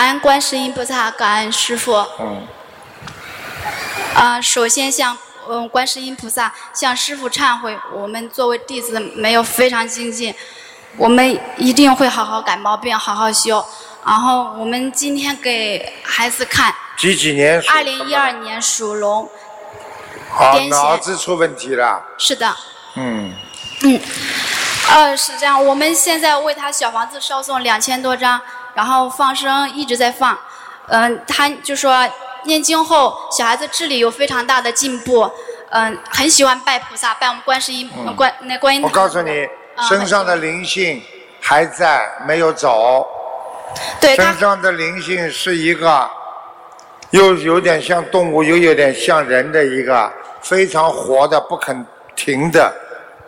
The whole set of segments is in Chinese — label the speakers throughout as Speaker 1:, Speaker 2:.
Speaker 1: 恩观世音菩萨，感恩师父。
Speaker 2: 嗯，
Speaker 1: 啊，首先向嗯观世音菩萨向师父忏悔，我们作为弟子没有非常精进，我们一定会好好改毛病，好好修。然后我们今天给孩子看，
Speaker 2: 几几年属？
Speaker 1: 二零一二年属龙，
Speaker 2: 好，
Speaker 1: 癫痫
Speaker 2: 脑子出问题了。
Speaker 1: 是的，
Speaker 2: 嗯，
Speaker 1: 呃，是这样，我们现在为他小房子烧送两千多张，然后放生一直在放。嗯、他就说念经后，小孩子智力有非常大的进步。嗯、很喜欢拜菩萨，拜我们观世音、观那观音。
Speaker 2: 嗯我告诉你，
Speaker 1: 嗯
Speaker 2: 身上的灵性还在，没有走。
Speaker 1: 对哎他
Speaker 2: 身，上的灵性是一个，又有点像动物，又有点像人的一个，非常活的，不肯停的，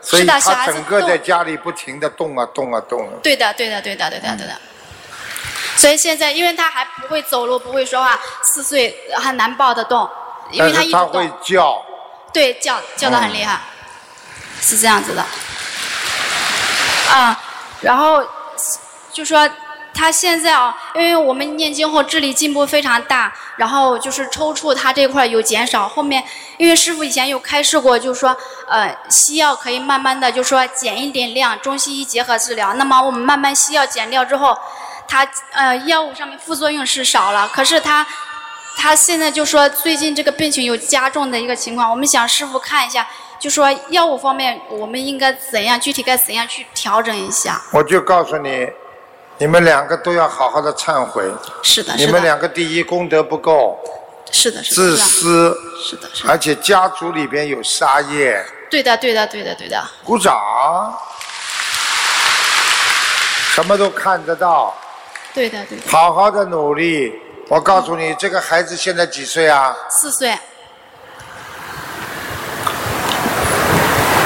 Speaker 2: 所以
Speaker 1: 是的小
Speaker 2: 它
Speaker 1: 孩子
Speaker 2: 整个
Speaker 1: 动
Speaker 2: 在家里不停的动啊动啊动啊。
Speaker 1: 对的，对的，对的，对的，对的。
Speaker 2: 嗯
Speaker 1: 所以现在，因为他还不会走路，不会说话，四岁还难抱得动，因为
Speaker 2: 但
Speaker 1: 他一
Speaker 2: 是
Speaker 1: 直
Speaker 2: 它
Speaker 1: 动
Speaker 2: 会。叫，
Speaker 1: 对，叫叫的很厉害，是这样子的。啊，然后就说他现在啊，因为我们念经后智力进步非常大，然后就是抽搐他这块有减少。后面因为师傅以前有开示过，就是说呃西药可以慢慢的就说减一点量，中西医结合治疗。那么我们慢慢西药减掉之后，他呃药物上面副作用是少了，可是他他现在就说最近这个病情有加重的一个情况，我们想师傅看一下，就说药物方面我们应该怎样，具体该怎样去调整一下。
Speaker 2: 我就告诉你，你们两个都要好好的忏悔。
Speaker 1: 是的，
Speaker 2: 你
Speaker 1: 啊是
Speaker 2: 们
Speaker 1: 的，
Speaker 2: 两个第一功德不够，
Speaker 1: 是的，是
Speaker 2: 自
Speaker 1: 的，
Speaker 2: 私，
Speaker 1: 是啊的，是的，
Speaker 2: 而且家族里边有杀业。
Speaker 1: 对的，对的，对的，对的，
Speaker 2: 鼓掌，什么都看得到，
Speaker 1: 对的，对的。
Speaker 2: 好好的努力。我告诉你，这个孩子现在几岁啊？
Speaker 1: 四岁，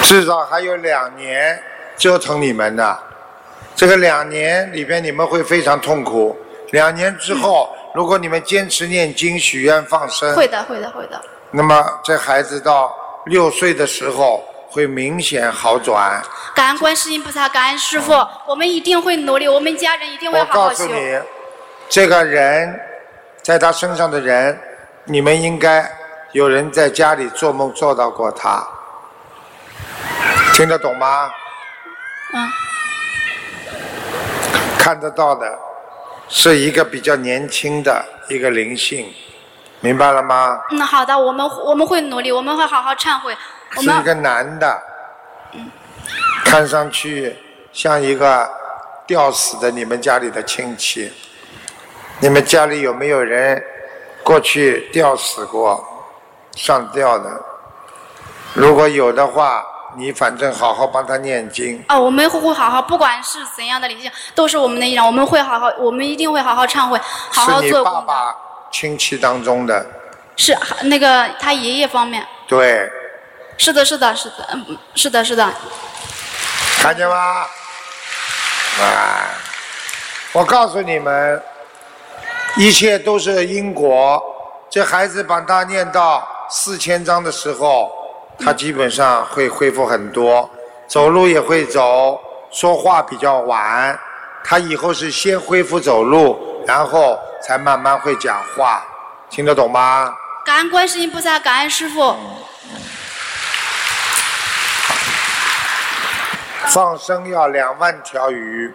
Speaker 2: 至少还有两年折腾你们呢。这个两年里边你们会非常痛苦。两年之后，如果你们坚持念经、许愿、放生，
Speaker 1: 会的，会的，会的，
Speaker 2: 那么这孩子到六岁的时候会明显好转。
Speaker 1: 感恩观世音菩萨，感恩师傅，我们一定会努力，我们家人一定会
Speaker 2: 我
Speaker 1: 好
Speaker 2: 告
Speaker 1: 好
Speaker 2: 诉
Speaker 1: 修。
Speaker 2: 你，这个人，在他身上的人，你们应该有人在家里做梦做到过他，听得懂吗？
Speaker 1: 嗯。
Speaker 2: 看得到的，是一个比较年轻的一个灵性，明白了吗？
Speaker 1: 嗯，好的，我们我们会努力，我们会好好忏悔。我
Speaker 2: 是一
Speaker 1: 们
Speaker 2: 个男的，看上去像一个吊死的你们家里的亲戚。你们家里有没有人过去吊死过、上吊的？如果有的话，你反正好好帮他念经。
Speaker 1: 啊，我们会好好，不管是怎样的理性，都是我们的一长，我们会好好，我们一定会好好忏悔，好好
Speaker 2: 是你
Speaker 1: 做
Speaker 2: 爸
Speaker 1: 功德。
Speaker 2: 爸亲戚当中的，
Speaker 1: 是那个他爷爷方面，
Speaker 2: 对，
Speaker 1: 是的，是的，是的，嗯，是的，是的，
Speaker 2: 看见吗？啊！我告诉你们，一切都是因果。这孩子把他念到四千章的时候，他基本上会恢复很多，走路也会走，说话比较晚。他以后是先恢复走路，然后才慢慢会讲话，听得懂吗？
Speaker 1: 感恩观世音菩萨，感恩师傅。
Speaker 2: 放生要两万条鱼。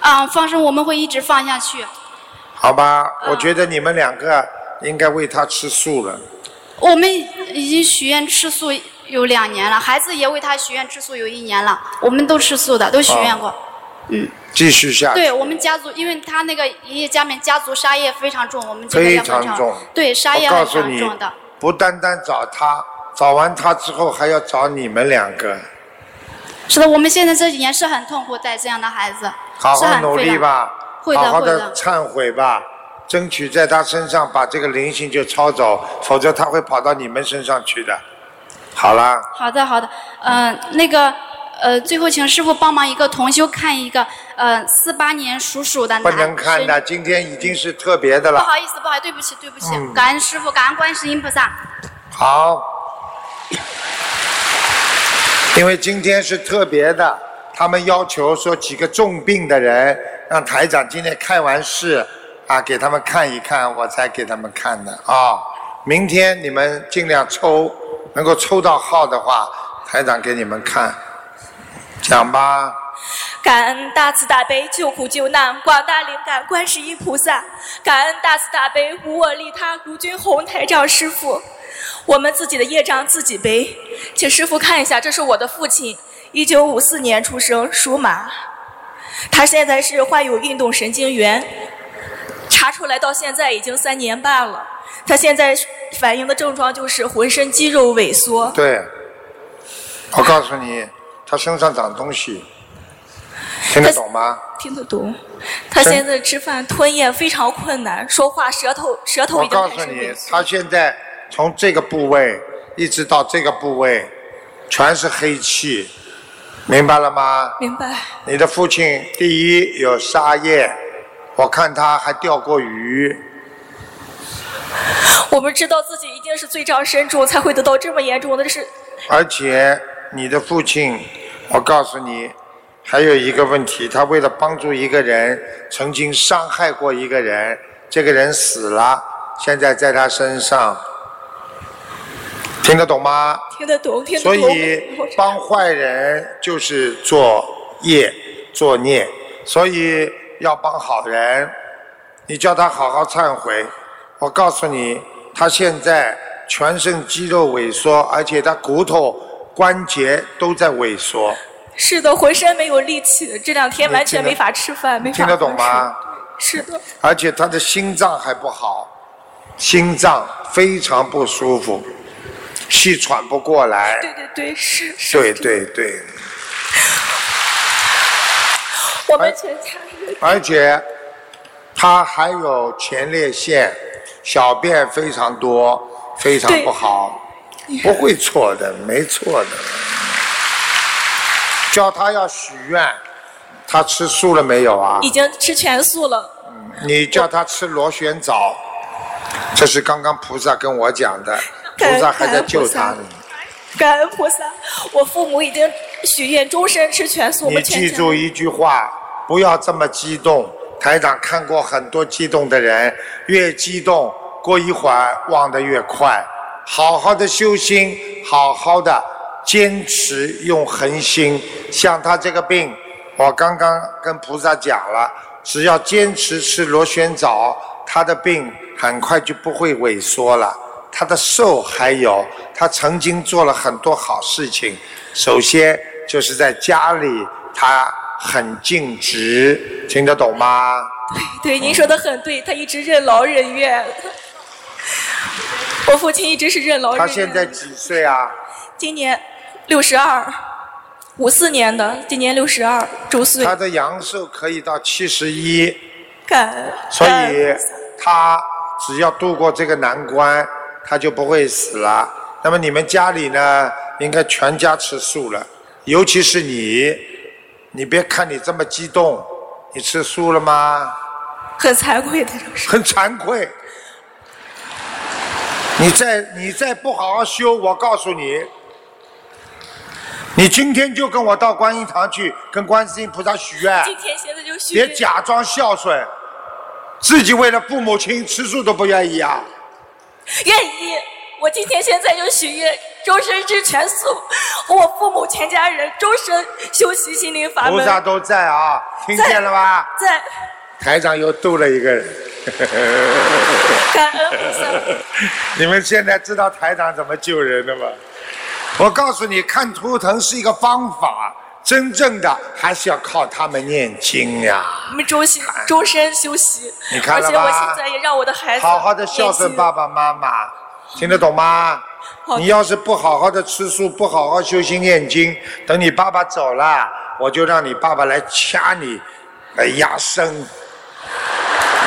Speaker 1: 啊，放生我们会一直放下去。
Speaker 2: 好吧，我觉得你们两个应该喂他吃素了。
Speaker 1: 我们已经许愿吃素有两年了，孩子也为他许愿吃素有一年了，我们都吃素的，都许愿
Speaker 2: 啊
Speaker 1: 过。
Speaker 2: 继续下去，
Speaker 1: 对我们家族，因为他那个爷爷家里面家族杀业非常重，我们这个
Speaker 2: 非
Speaker 1: 也非
Speaker 2: 常
Speaker 1: 常
Speaker 2: 重。
Speaker 1: 对杀业
Speaker 2: 我告诉
Speaker 1: 非常
Speaker 2: 你
Speaker 1: 重的。，
Speaker 2: 不单单找他，找完他之后还要找你们两个，
Speaker 1: 是的，我们现在这几年是很痛苦带这样的孩子，
Speaker 2: 好
Speaker 1: 是
Speaker 2: 好
Speaker 1: 很
Speaker 2: 努
Speaker 1: 非
Speaker 2: 力
Speaker 1: 常
Speaker 2: 吧，
Speaker 1: 会的
Speaker 2: 好好
Speaker 1: 会
Speaker 2: 的
Speaker 1: 的
Speaker 2: 忏悔吧，争取在他身上把这个灵性就抄走，否则他会跑到你们身上去的。好啦，
Speaker 1: 好的，好的，嗯、那个，呃，最后请师傅帮忙一个同修看一个，呃，四八年属鼠的男
Speaker 2: 不能看
Speaker 1: 生
Speaker 2: 的，今天已经是特别的
Speaker 1: 不
Speaker 2: 了。
Speaker 1: 好意思，不好意思，对不起，对不起，
Speaker 2: 嗯
Speaker 1: 感恩师傅，感恩观世音菩萨。
Speaker 2: 好，因为今天是特别的，他们要求说几个重病的人，让台长今天开完市，啊，给他们看一看，我才给他们看的啊。明天你们尽量抽，能够抽到号的话，台长给你们看。讲吧，
Speaker 3: 感恩大慈大悲救苦救难广大灵感观世音菩萨，感恩大慈大悲无我利他卢军宏台长师傅。我们自己的业障自己背，请师傅看一下，这是我的父亲，一九五四年出生，属马，他现在是患有运动神经元，查出来到现在已经三年半了。他现在反映的症状就是浑身肌肉萎缩，
Speaker 2: 对，我告诉你，他身上长东西，听得懂吗？
Speaker 3: 听得懂。他
Speaker 2: 真
Speaker 3: 现在吃饭吞咽非常困难，说话舌头舌头
Speaker 2: 我
Speaker 3: 已经
Speaker 2: 告
Speaker 3: 开
Speaker 2: 诉
Speaker 3: 始
Speaker 2: 你
Speaker 3: 萎，缩。
Speaker 2: 他现在从这个部位一直到这个部位，全是黑气，明白了吗？
Speaker 3: 明白，
Speaker 2: 你的父亲第一有沙业，我看他还钓过鱼，
Speaker 3: 我们知道自己一定是罪障深重，才会得到这么严重的事。
Speaker 2: 而且你的父亲，我告诉你，还有一个问题，他为了帮助一个人，曾经伤害过一个人，这个人死了，现在在他身上，听得懂吗？
Speaker 3: 听得懂，听得
Speaker 2: 所
Speaker 3: 懂。
Speaker 2: 以
Speaker 3: 我知道
Speaker 2: 帮坏人就是作业作孽，所以要帮好人。你叫他好好忏悔，我告诉你，他现在全身肌肉萎缩，而且他骨头关节都在萎缩，
Speaker 3: 是的，浑身没有力气，这两天
Speaker 2: 你
Speaker 3: 完全
Speaker 2: 听得
Speaker 3: 没法吃饭，没法
Speaker 2: 听得懂
Speaker 3: 喝
Speaker 2: 吗？
Speaker 3: 水？是的，
Speaker 2: 而且他的心脏还不好，心脏非常不舒服，气喘不过来。
Speaker 3: 对对对，是是。
Speaker 2: 对对对。
Speaker 3: 我
Speaker 2: 哎
Speaker 3: 们全家人
Speaker 2: 而且他还有前列腺，小便非常多，非常不好，不会错的，没错的。叫他要许愿，他吃素了没有啊
Speaker 3: 已？经吃全素了，
Speaker 2: 你叫他吃螺旋藻，这是刚刚菩萨跟我讲的，菩
Speaker 3: 感恩
Speaker 2: 萨还在救
Speaker 3: 感
Speaker 2: 他
Speaker 3: 恩
Speaker 2: 呢。
Speaker 3: 感恩菩萨。我父母已经许愿终身吃全素，我
Speaker 2: 你
Speaker 3: 们全
Speaker 2: 记
Speaker 3: 家
Speaker 2: 住一句话，不要这么激动。台长看过很多激动的人，越激动，过一会儿忘得越快。好好的修心，好好的坚持，用恒心。像他这个病，我刚刚跟菩萨讲了，只要坚持吃螺旋藻，他的病很快就不会萎缩了。他的寿还有，他曾经做了很多好事情。首先就是在家里，他很尽职，听得懂吗？
Speaker 3: 对，您说的很对，他一直任劳任怨。我父亲一直是任劳任
Speaker 2: 他
Speaker 3: 怨。
Speaker 2: 现在几岁啊？
Speaker 3: 今年六十二，五四年的，今年六十二周岁。
Speaker 2: 他的阳寿可以到七十一，
Speaker 3: 感恩，
Speaker 2: 所
Speaker 3: 感
Speaker 2: 以
Speaker 3: 恩
Speaker 2: 他只要度过这个难关，他就不会死了。那么你们家里呢，应该全家吃素了，尤其是你，你别看你这么激动，你吃素了吗？
Speaker 3: 很惭愧的就是。
Speaker 2: 很惭愧。你再你再不好好修，我告诉你，你今天就跟我到观音堂去，跟观世音菩萨许愿，
Speaker 3: 今天现在就许
Speaker 2: 别
Speaker 3: 愿，
Speaker 2: 假装孝顺，自己为了父母亲吃素都不愿意啊！
Speaker 3: 愿意。我今天现在就许愿，终身吃全素，和我父母全家人终身修习心灵法
Speaker 2: 菩
Speaker 3: 门。
Speaker 2: 萨都在啊，听见了吧？
Speaker 3: 在
Speaker 2: 台长又度了一个人，
Speaker 3: 感恩菩 萨，
Speaker 2: 你们现在知道台长怎么救人了吗？我告诉你，看图腾是一个方法，真正的还是要靠他们念经呀、
Speaker 3: 我们终身终身修习。
Speaker 2: 你看了
Speaker 3: 而且
Speaker 2: 吧
Speaker 3: 我现在也让我的孩子
Speaker 2: 好好的孝顺爸爸妈妈，听得懂吗？
Speaker 3: 好的
Speaker 2: 你要是不好好的吃素，不好好修心念经，等你爸爸走了，我就让你爸爸来掐你，来压身，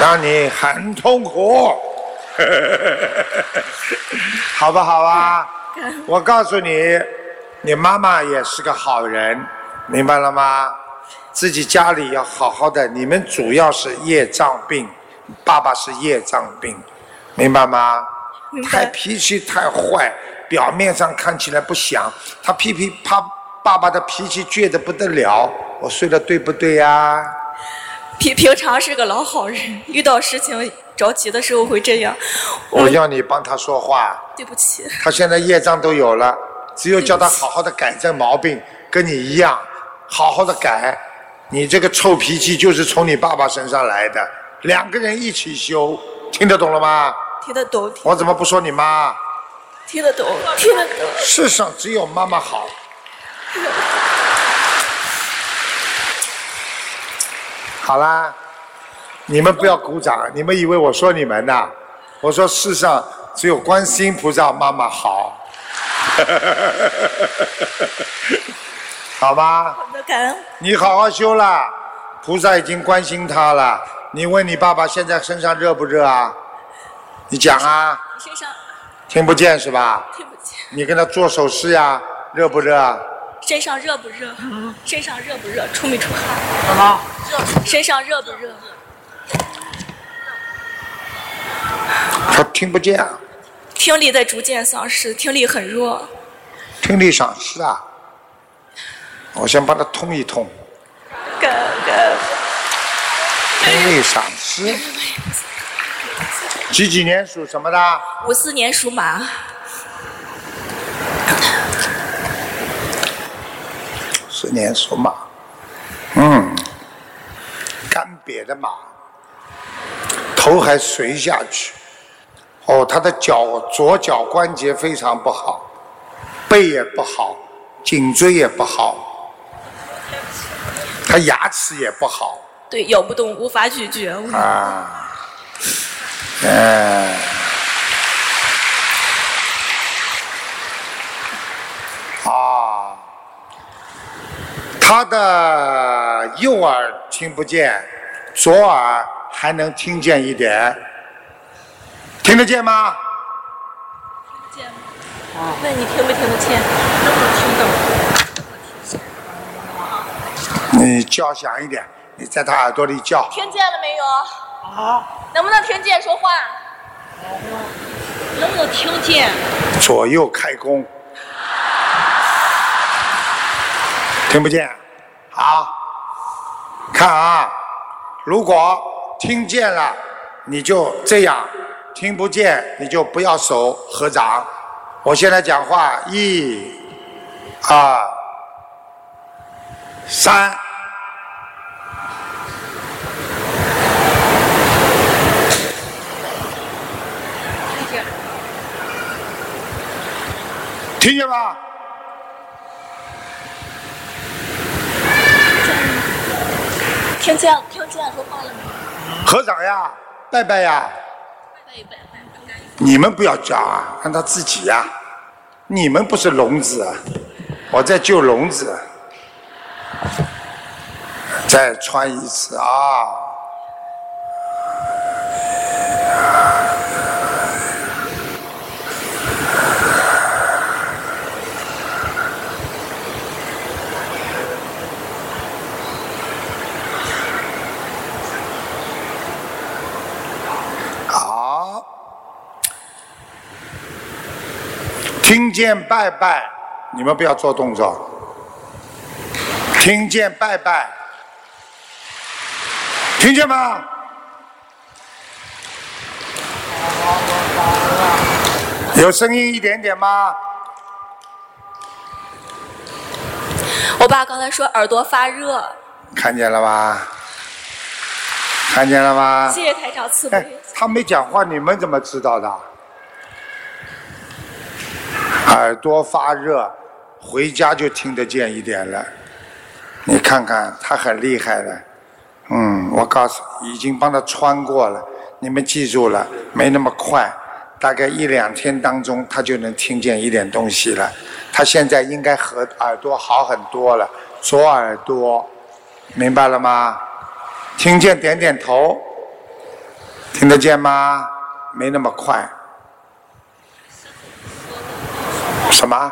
Speaker 2: 让你很痛苦，好不好啊？
Speaker 3: 嗯
Speaker 2: 我告诉你，你妈妈也是个好人，明白了吗？自己家里要好好的，你们主要是业障病，爸爸是业障病，明白吗？
Speaker 3: 明白
Speaker 2: 太脾气太坏，表面上看起来不祥，他噼噼啊啪，爸爸的脾气倔得不得了，我睡了对不对呀、
Speaker 3: 平平常是个老好人，遇到事情着急的时候会这样。嗯
Speaker 2: 我要你帮他说话，
Speaker 3: 对不起，
Speaker 2: 他现在业障都有了，只有叫他好好的改正毛病，跟你一样，好好的改。你这个臭脾气就是从你爸爸身上来的，两个人一起修，听得懂了吗？
Speaker 3: 听得懂，听
Speaker 2: 我怎么不说你妈？
Speaker 3: 听得懂，听得懂。
Speaker 2: 世上只有妈妈好。好啦，你们不要鼓掌，你们以为我说你们呐？我说世上只有观世音菩萨妈妈好，好吧？
Speaker 3: 好的，感恩。
Speaker 2: 你好好修啦，菩萨已经关心他了。你问你爸爸现在身上热不热啊？你讲啊，
Speaker 3: 身上
Speaker 2: 听不见是吧？
Speaker 3: 听不见，
Speaker 2: 你跟他做手势呀，热不热啊？
Speaker 3: 身上热不热？身上热不热？出没出汗？
Speaker 2: 什么？
Speaker 3: 身上热不热？
Speaker 2: 他听不见，啊，
Speaker 3: 听力在逐渐丧失，听力很弱。
Speaker 2: 听力丧失啊。我先帮他通一通，
Speaker 3: 感恩感恩。
Speaker 2: 听力丧失。几几年属什么的？
Speaker 3: 五四年属马，
Speaker 2: 十年属马。嗯，干瘪的马，头还垂下去。哦，他的脚左脚关节非常不好，背也不好，颈椎也不好，他牙齿也不好。
Speaker 3: 对，咬不动，无法咀嚼。
Speaker 2: 啊，他的右耳听不见，左耳还能听见一点，听得见吗？
Speaker 3: 问你听不听得见？
Speaker 2: 你叫响一点，你在他耳朵里叫，
Speaker 3: 听见了没有？啊？能不能听见说话？能不能听见？
Speaker 2: 左右开弓，听不见。好，看啊，如果听见了，你就这样；听不见，你就不要手合掌。我现在讲话，一、二、三。听见吗？
Speaker 3: 听见听见说话了没有？
Speaker 2: 合掌呀，拜拜呀。
Speaker 3: 拜一拜，
Speaker 2: 你们不要叫啊，让他自己呀、你们不是聋子啊，我在救聋子。啊再穿一次啊！好。听见拜拜，你们不要做动作。听见拜拜，听见吗？有声音一点点吗？
Speaker 3: 我爸刚才说耳朵发
Speaker 2: 啊
Speaker 3: 热，
Speaker 2: 看见了吧？看见了吗？
Speaker 3: 谢谢台长慈
Speaker 2: 哎
Speaker 3: 悲。，
Speaker 2: 他没讲话，你们怎么知道的？耳朵发热，回家就听得见一点了。你看看，他很厉害的。嗯，我告诉你，已经帮他穿过了。你们记住了，没那么快，大概一两天当中，他就能听见一点东西了。他现在应该和耳朵好很多了，左耳朵，明白了吗？听见点点头。听得见吗？没那么快。什么？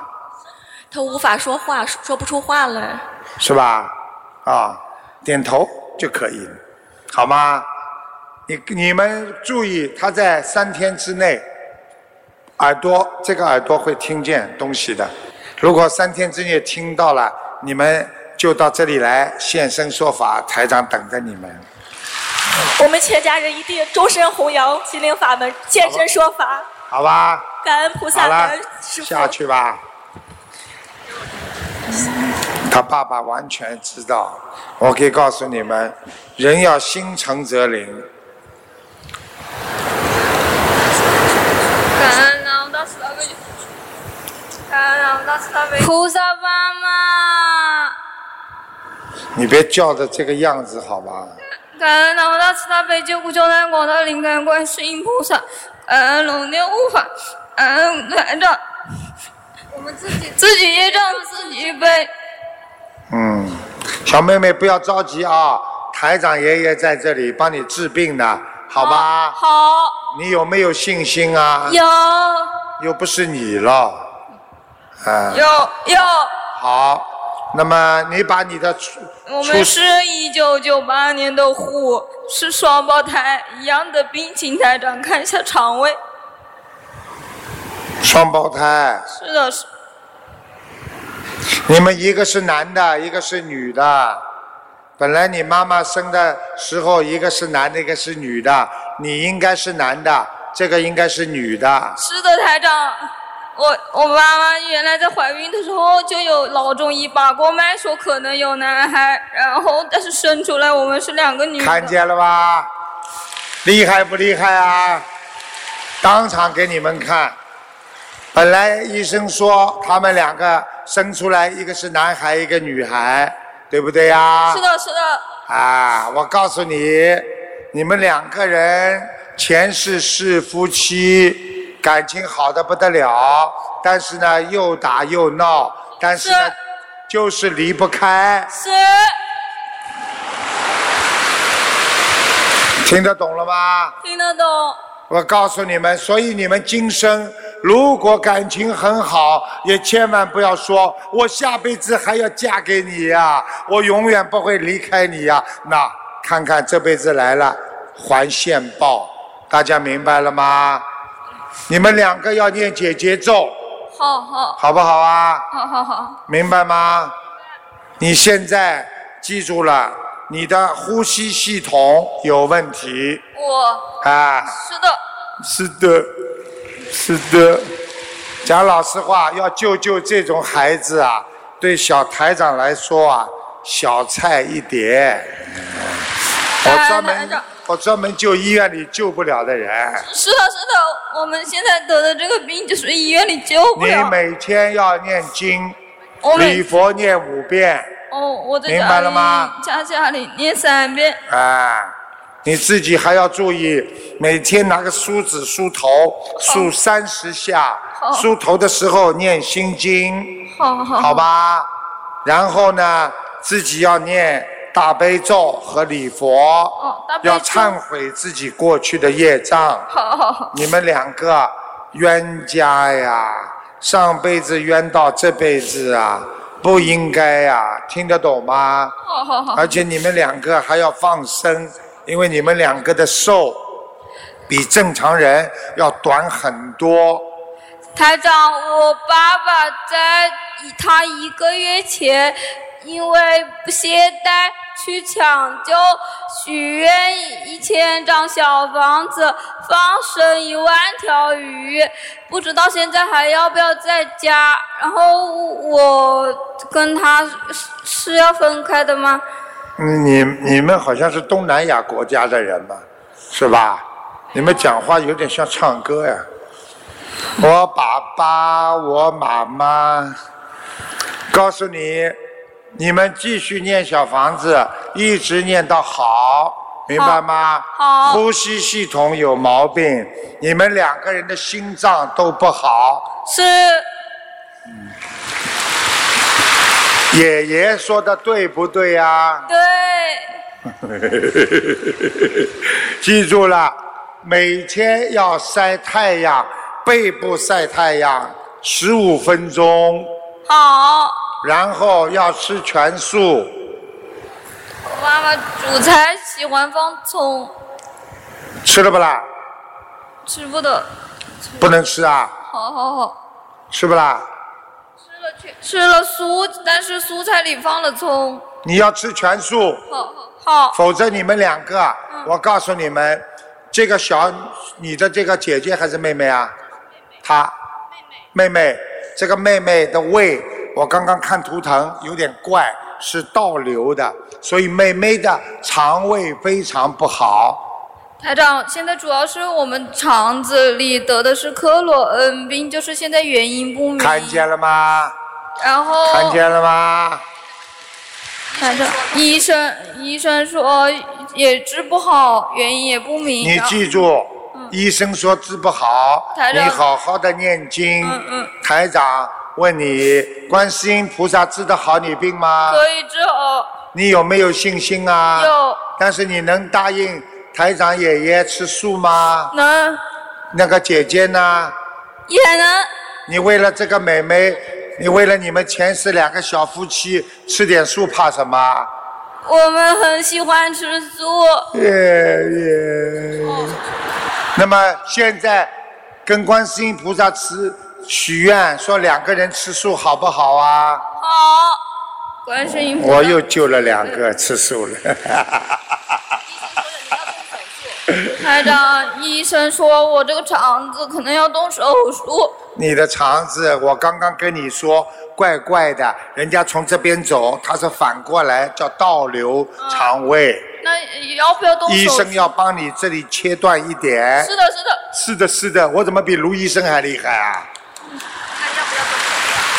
Speaker 3: 他无法说话，说说不出话来。
Speaker 2: 是吧？啊，点头就可以，好吗？你你们注意，他在三天之内，耳朵这个耳朵会听见东西的。如果三天之内听到了，你们就到这里来现身说法，台长等着你们，
Speaker 4: 我们全家人一定终身弘扬心灵法门，现身说法。
Speaker 2: 好吧，
Speaker 4: 感恩菩萨，
Speaker 2: 好
Speaker 4: 感
Speaker 2: 了
Speaker 4: 恩师，傅。
Speaker 2: 下去吧。他爸爸完全知道，我可以告诉你们，人要心诚则灵。
Speaker 3: 感恩南无大慈大悲救，感恩南无大慈大悲菩萨妈妈，
Speaker 2: 你别叫的这个样子，好吧？
Speaker 3: 感恩南无大慈大悲救苦救难广大灵感观世音菩萨，感恩龙天护法，感恩台长。我们自己自己业障自己背，
Speaker 2: 嗯，小妹妹不要着急啊，台长爷爷在这里帮你治病呢，好吧？
Speaker 3: 好，
Speaker 2: 你有没有信心啊？
Speaker 3: 有
Speaker 2: 又不是你了，啊、
Speaker 3: 有有，
Speaker 2: 好，那么你把你的出
Speaker 3: 我
Speaker 2: 出
Speaker 3: 们是一九九八年的虎，是双胞胎，一样的病，请台长看一下肠胃。
Speaker 2: 双胞胎，
Speaker 3: 是的，是
Speaker 2: 你们一个是男的，一个是女的。本来你妈妈生的时候，一个是男的，一个是女的，你应该是男的，这个应该是女的。
Speaker 3: 是的，台长，我我妈妈原来在怀孕的时候就有老中医把过脉，说可能有男孩，然后但是生出来我们是两个女
Speaker 2: 看
Speaker 3: 的。
Speaker 2: 见了吧？厉害不厉害啊？当场给你们看。本来医生说他们两个生出来，一个是男孩，一个女孩，对不对呀、
Speaker 3: 是的，是的，
Speaker 2: 啊，我告诉你，你们两个人前世是夫妻，感情好的不得了，但是呢又打又闹，但是呢
Speaker 3: 是
Speaker 2: 就是离不开，
Speaker 3: 是
Speaker 2: 听得懂了吗？
Speaker 3: 听得懂。
Speaker 2: 我告诉你们，所以你们今生如果感情很好，也千万不要说“我下辈子还要嫁给你呀、我永远不会离开你呀、那看看这辈子来了还现报，大家明白了吗？你们两个要念姐姐咒，
Speaker 3: 好好
Speaker 2: 好不好啊？
Speaker 3: 好好好，
Speaker 2: 明白吗？你现在记住了，你的呼吸系统有问题
Speaker 3: 我
Speaker 2: 啊。
Speaker 3: 是的，
Speaker 2: 是的，是的。讲老实话，要救救这种孩子啊，对小台长来说啊，小菜一碟。嗯我专
Speaker 3: 台
Speaker 2: 门
Speaker 3: 长
Speaker 2: 我专门救医院里救不了的人。
Speaker 3: 是的，是的，我们现在得的这个病就是医院里救不
Speaker 2: 你
Speaker 3: 了。
Speaker 2: 每天要念经，
Speaker 3: 我
Speaker 2: 礼
Speaker 3: 每
Speaker 2: 佛念五遍
Speaker 3: 哦，我在
Speaker 2: 明
Speaker 3: 家
Speaker 2: 白
Speaker 3: 里
Speaker 2: 了吗
Speaker 3: 家家里念三遍。
Speaker 2: 啊。你自己还要注意，每天拿个梳子梳头，梳三十下。
Speaker 3: 好
Speaker 2: 梳头的时候念心经。
Speaker 3: 好好
Speaker 2: 好吧？哦然后呢，自己要念大悲咒和礼佛，
Speaker 3: 哦大悲咒哦
Speaker 2: 要忏悔自己过去的业障。
Speaker 3: 好好好，
Speaker 2: 你们两个冤家呀，上辈子冤到这辈子啊，不应该呀，听得懂吗？
Speaker 3: 好好好，
Speaker 2: 而且你们两个还要放生，因为你们两个的寿比正常人要短很多。
Speaker 3: 台长，我爸爸在一他一个月前因为不懈怠去抢救许愿一千张小房子，放生一万条鱼，不知道现在还要不要在家。然后我跟他是是要分开的吗？
Speaker 2: 嗯你你们好像是东南亚国家的人嘛，是吧？你们讲话有点像唱歌呀。我爸爸，我妈妈，告诉你，你们继续念小房子，一直念到好，明白吗？
Speaker 3: 好
Speaker 2: 呼吸系统有毛病，你们两个人的心脏都不好。
Speaker 3: 是
Speaker 2: 爷爷说的对不对呀、
Speaker 3: 对，
Speaker 2: 记住了，每天要晒太阳，背部晒太阳十五分钟，
Speaker 3: 好。
Speaker 2: 然后要吃全素。
Speaker 3: 我妈妈煮菜喜欢放葱，
Speaker 2: 吃了不啦？
Speaker 3: 吃不得。
Speaker 2: 不能吃啊，
Speaker 3: 好好好，
Speaker 2: 吃不啦？
Speaker 3: 吃了去吃了蔬，但是蔬菜里放了葱。
Speaker 2: 你要吃全素，
Speaker 3: 好好好，
Speaker 2: 否则你们两个，啊我告诉你们，这个小你的这个姐姐还是妹妹啊？她妹妹，这个妹妹的胃，我刚刚看图腾有点怪，是倒流的，所以妹妹的肠胃非常不好。
Speaker 3: 台长，现在主要是我们肠子里得的是科罗恩病，就是现在原因不明。
Speaker 2: 看见了吗？
Speaker 3: 然后，
Speaker 2: 看见了吗？
Speaker 3: 台长，医生医生说也治不好，原因也不明。
Speaker 2: 你嗯
Speaker 3: 然后
Speaker 2: 记住，医生说治不好，
Speaker 3: 台
Speaker 2: 你
Speaker 3: 长
Speaker 2: 好好的念经。
Speaker 3: 嗯嗯
Speaker 2: 台长问你，观世音菩萨治得好你病吗？
Speaker 3: 可以治好，
Speaker 2: 你有没有信心啊？
Speaker 3: 有
Speaker 2: 但是你能答应台长爷爷吃素吗？
Speaker 3: 能
Speaker 2: 那个姐姐呢？
Speaker 3: 也能
Speaker 2: 你为了这个妹妹，你为了你们前世两个小夫妻吃点素怕什么？
Speaker 3: 我们很喜欢吃素，
Speaker 2: 耶耶。那么现在跟观世音菩萨吃许愿，说两个人吃素好不好啊？
Speaker 3: 好。观世音菩萨，
Speaker 2: 我又救了两个吃素了。
Speaker 3: 台长，医生说我这个肠子可能要动手术，
Speaker 2: 你的肠子，我刚刚跟你说怪怪的，人家从这边走，它是反过来叫倒流肠胃，
Speaker 3: 那要不要动手术？
Speaker 2: 医生要帮你这里切断一点。
Speaker 3: 哦是的，是的，
Speaker 2: 是的，是的，我怎么比卢医生还厉害啊？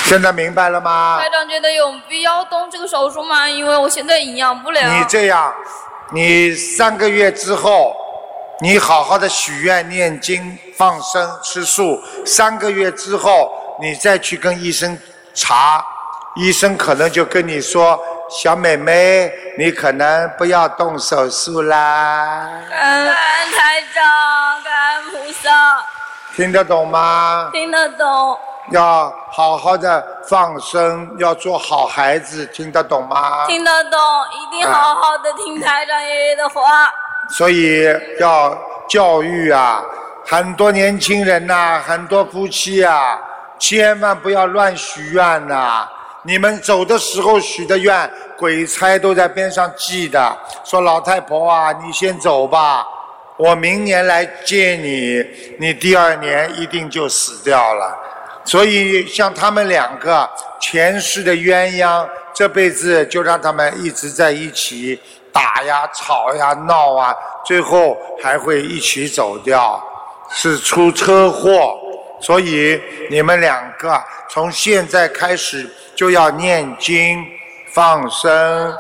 Speaker 2: 现在明白了吗？
Speaker 3: 台长觉得有必要动这个手术吗？因为我现在营养不良。
Speaker 2: 你这样，你三个月之后，你好好的许愿、念经、放生、吃素。三个月之后，你再去跟医生查，医生可能就跟你说：“小美妹，你可能不要动手术啦。
Speaker 3: 感恩台长，感恩菩萨，”
Speaker 2: 听得懂吗？
Speaker 3: 听得懂，
Speaker 2: 要好好的放生，要做好孩子，听得懂吗？
Speaker 3: 听得懂，一定好好的听台长爷爷的话。
Speaker 2: 所以要教育啊，很多年轻人呐、很多夫妻啊，千万不要乱许愿呐、你们走的时候许的愿，鬼差都在边上记的，说老太婆啊，你先走吧，我明年来接你，你第二年一定就死掉了。所以像他们两个前世的鸳鸯，啊这辈子就让他们一直在一起打呀、吵呀、闹啊，最后还会一起走掉，是出车祸。所以你们两个从现在开始就要念经、放生，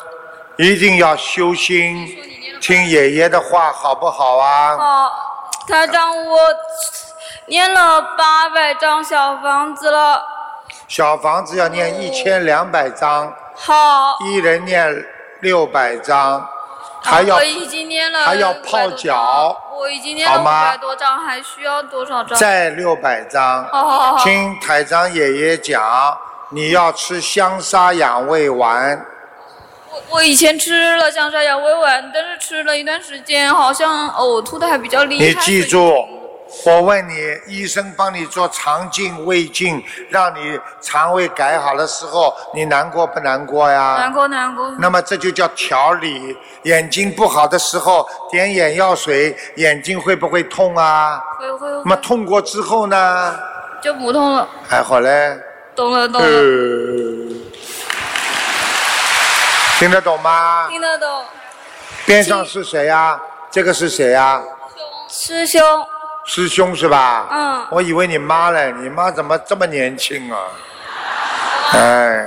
Speaker 2: 一定要修心，听爷爷的话，好不好啊？
Speaker 3: 好，哦台长，我念了八百张小房子了。
Speaker 2: 小房子要念一千两百张。
Speaker 3: 好，啊
Speaker 2: 一人念六百张，还要
Speaker 3: 我已经念了，
Speaker 2: 还要泡脚，
Speaker 3: 我已经念了
Speaker 2: 好
Speaker 3: 五
Speaker 2: 吗
Speaker 3: 百多张，还需要多少张？
Speaker 2: 再六百张。
Speaker 3: 好好好，
Speaker 2: 听台长爷爷讲，你要吃香砂养胃丸，
Speaker 3: 我我以前吃了香砂养胃丸，但是吃了一段时间，好像呕吐的还比较厉害。
Speaker 2: 你记住。我问你，医生帮你做肠镜、胃镜，让你肠胃改好的时候，你难过不难过呀？
Speaker 3: 难过难过。
Speaker 2: 那么这就叫调理。眼睛不好的时候，点眼药水，眼睛会不会痛啊？
Speaker 3: 会会
Speaker 2: 那么
Speaker 3: 会，
Speaker 2: 痛过之后呢？
Speaker 3: 就不痛了，
Speaker 2: 还好嘞。
Speaker 3: 懂了懂了，
Speaker 2: 呃，听得懂吗？
Speaker 3: 听得懂。
Speaker 2: 边上是谁呀、这个是谁呀、啊
Speaker 3: 师兄，
Speaker 2: 师兄是吧？
Speaker 3: 嗯
Speaker 2: 我以为你妈嘞，你妈怎么这么年轻啊？哎，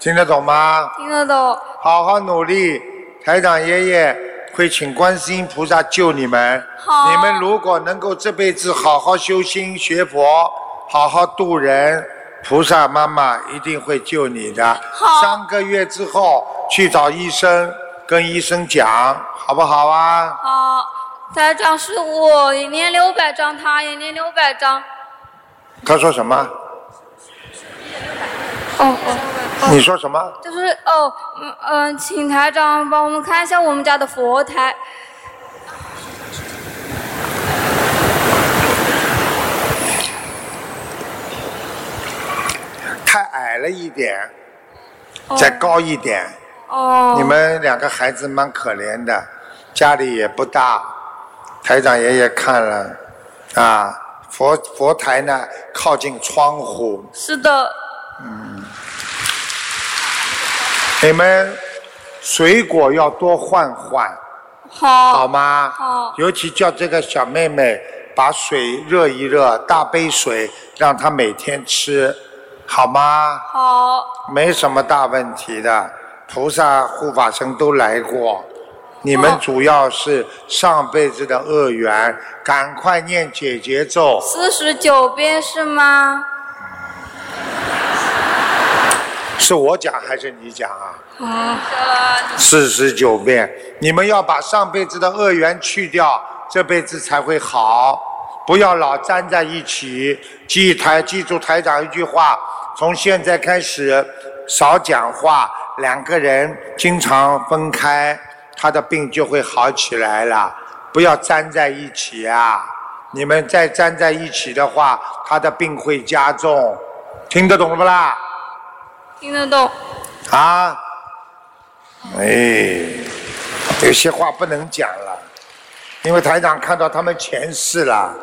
Speaker 2: 听得懂吗？
Speaker 3: 听得懂，
Speaker 2: 好好努力，台长爷爷会请观世音菩萨救你们。
Speaker 3: 好
Speaker 2: 你们如果能够这辈子好好修心学佛，好好度人，菩萨妈妈一定会救你的。
Speaker 3: 好
Speaker 2: 三个月之后去找医生，跟医生讲，好不好啊？
Speaker 3: 好。台长是我也念六百张，他也念六百张。
Speaker 2: 他说什么？
Speaker 3: 哦哦，
Speaker 2: 你说什么？
Speaker 3: 就是哦，嗯嗯、呃请台长帮我们看一下我们家的佛台。
Speaker 2: 太矮了一点，
Speaker 3: 哦
Speaker 2: 再高一点，
Speaker 3: 哦，
Speaker 2: 你们两个孩子蛮可怜的，家里也不大，台长爷爷看了，啊，佛佛台呢靠近窗户，
Speaker 3: 是的，
Speaker 2: 你们水果要多换换，
Speaker 3: 好，
Speaker 2: 好吗？
Speaker 3: 好
Speaker 2: 尤其叫这个小妹妹把水热一热，大杯水让她每天吃，好吗？
Speaker 3: 好，
Speaker 2: 没什么大问题的，菩萨护法神都来过。你们主要是上辈子的恶缘，赶快念解结咒。
Speaker 3: 四十九遍是吗？
Speaker 2: 是我讲还是你讲啊？
Speaker 3: 啊，
Speaker 2: 四十九遍，你们要把上辈子的恶缘去掉，这辈子才会好。不要老粘在一起。记台记住台长一句话：从现在开始少讲话，两个人经常分开，他的病就会好起来了。不要粘在一起啊！你们再粘在一起的话，他的病会加重。听得懂了不啦？
Speaker 3: 听得懂，
Speaker 2: 啊，哎，有些话不能讲了，因为台长看到他们前世了，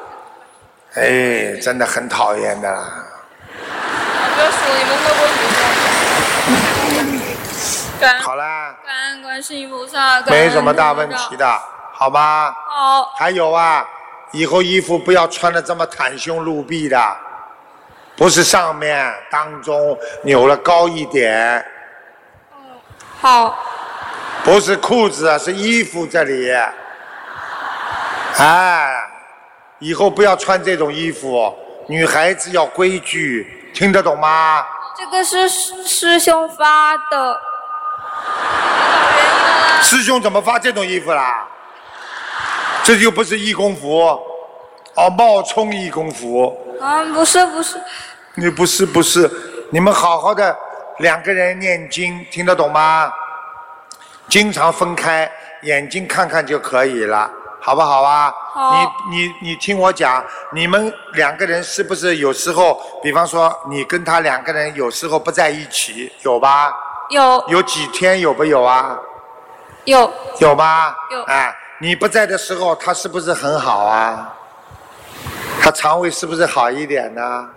Speaker 2: 哎，真的很讨厌的啦。
Speaker 3: 我就数你们会不会数？感
Speaker 2: 好啦，
Speaker 3: 感恩观世音菩萨，感恩
Speaker 2: 没什么大问
Speaker 3: 观世
Speaker 2: 题
Speaker 3: 音
Speaker 2: 的，好吧？
Speaker 3: 菩萨。好，
Speaker 2: 还有啊，以后衣服不要穿的这么袒胸露臂的，不是上面当中扭了高一点，
Speaker 3: 好，
Speaker 2: 不是裤子啊，是衣服这里。哎，以后不要穿这种衣服，女孩子要规矩，听得懂吗？
Speaker 3: 这个是师师兄发的，
Speaker 2: 师兄怎么发这种衣服啦？这就不是义工服，哦，冒充义工服。
Speaker 3: 啊，不是不是，
Speaker 2: 你不是不是，你们好好的两个人念经，听得懂吗？经常分开，眼睛看看就可以了，好不好啊？
Speaker 3: 好
Speaker 2: 你你你听我讲，你们两个人是不是有时候，比方说你跟他两个人有时候不在一起，有吧？
Speaker 3: 有
Speaker 2: 有几天有不有啊？
Speaker 3: 有
Speaker 2: 有吧？
Speaker 3: 有
Speaker 2: 哎，你不在的时候，他是不是很好啊？他肠胃是不是好一点呢、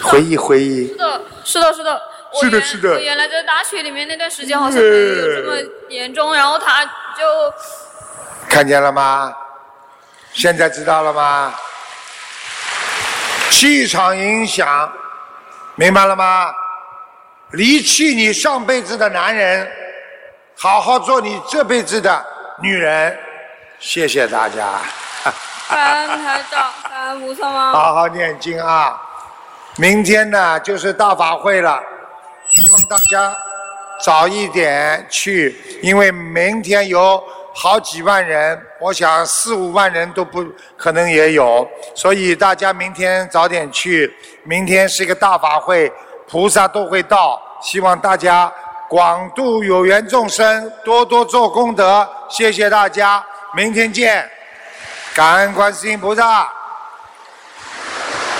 Speaker 2: 回忆回忆。
Speaker 3: 是的，是的，是的。我
Speaker 2: 是的
Speaker 3: 原
Speaker 2: 是的
Speaker 3: 我原来在大学里面那段时间好像没有这么严重，然后他就
Speaker 2: 看见了吗？现在知道了吗？气场影响，明白了吗？离弃你上辈子的男人，好好做你这辈子的女人。谢谢大家，
Speaker 3: 感恩台长，感恩菩萨吗？
Speaker 2: 好好念经啊！明天呢就是大法会了，希望大家早一点去，因为明天有好几万人，我想四五万人都不可能也有，所以大家明天早点去。明天是一个大法会，菩萨都会到，希望大家广度有缘众生，多多做功德。谢谢大家，明天见。感恩观世音菩萨。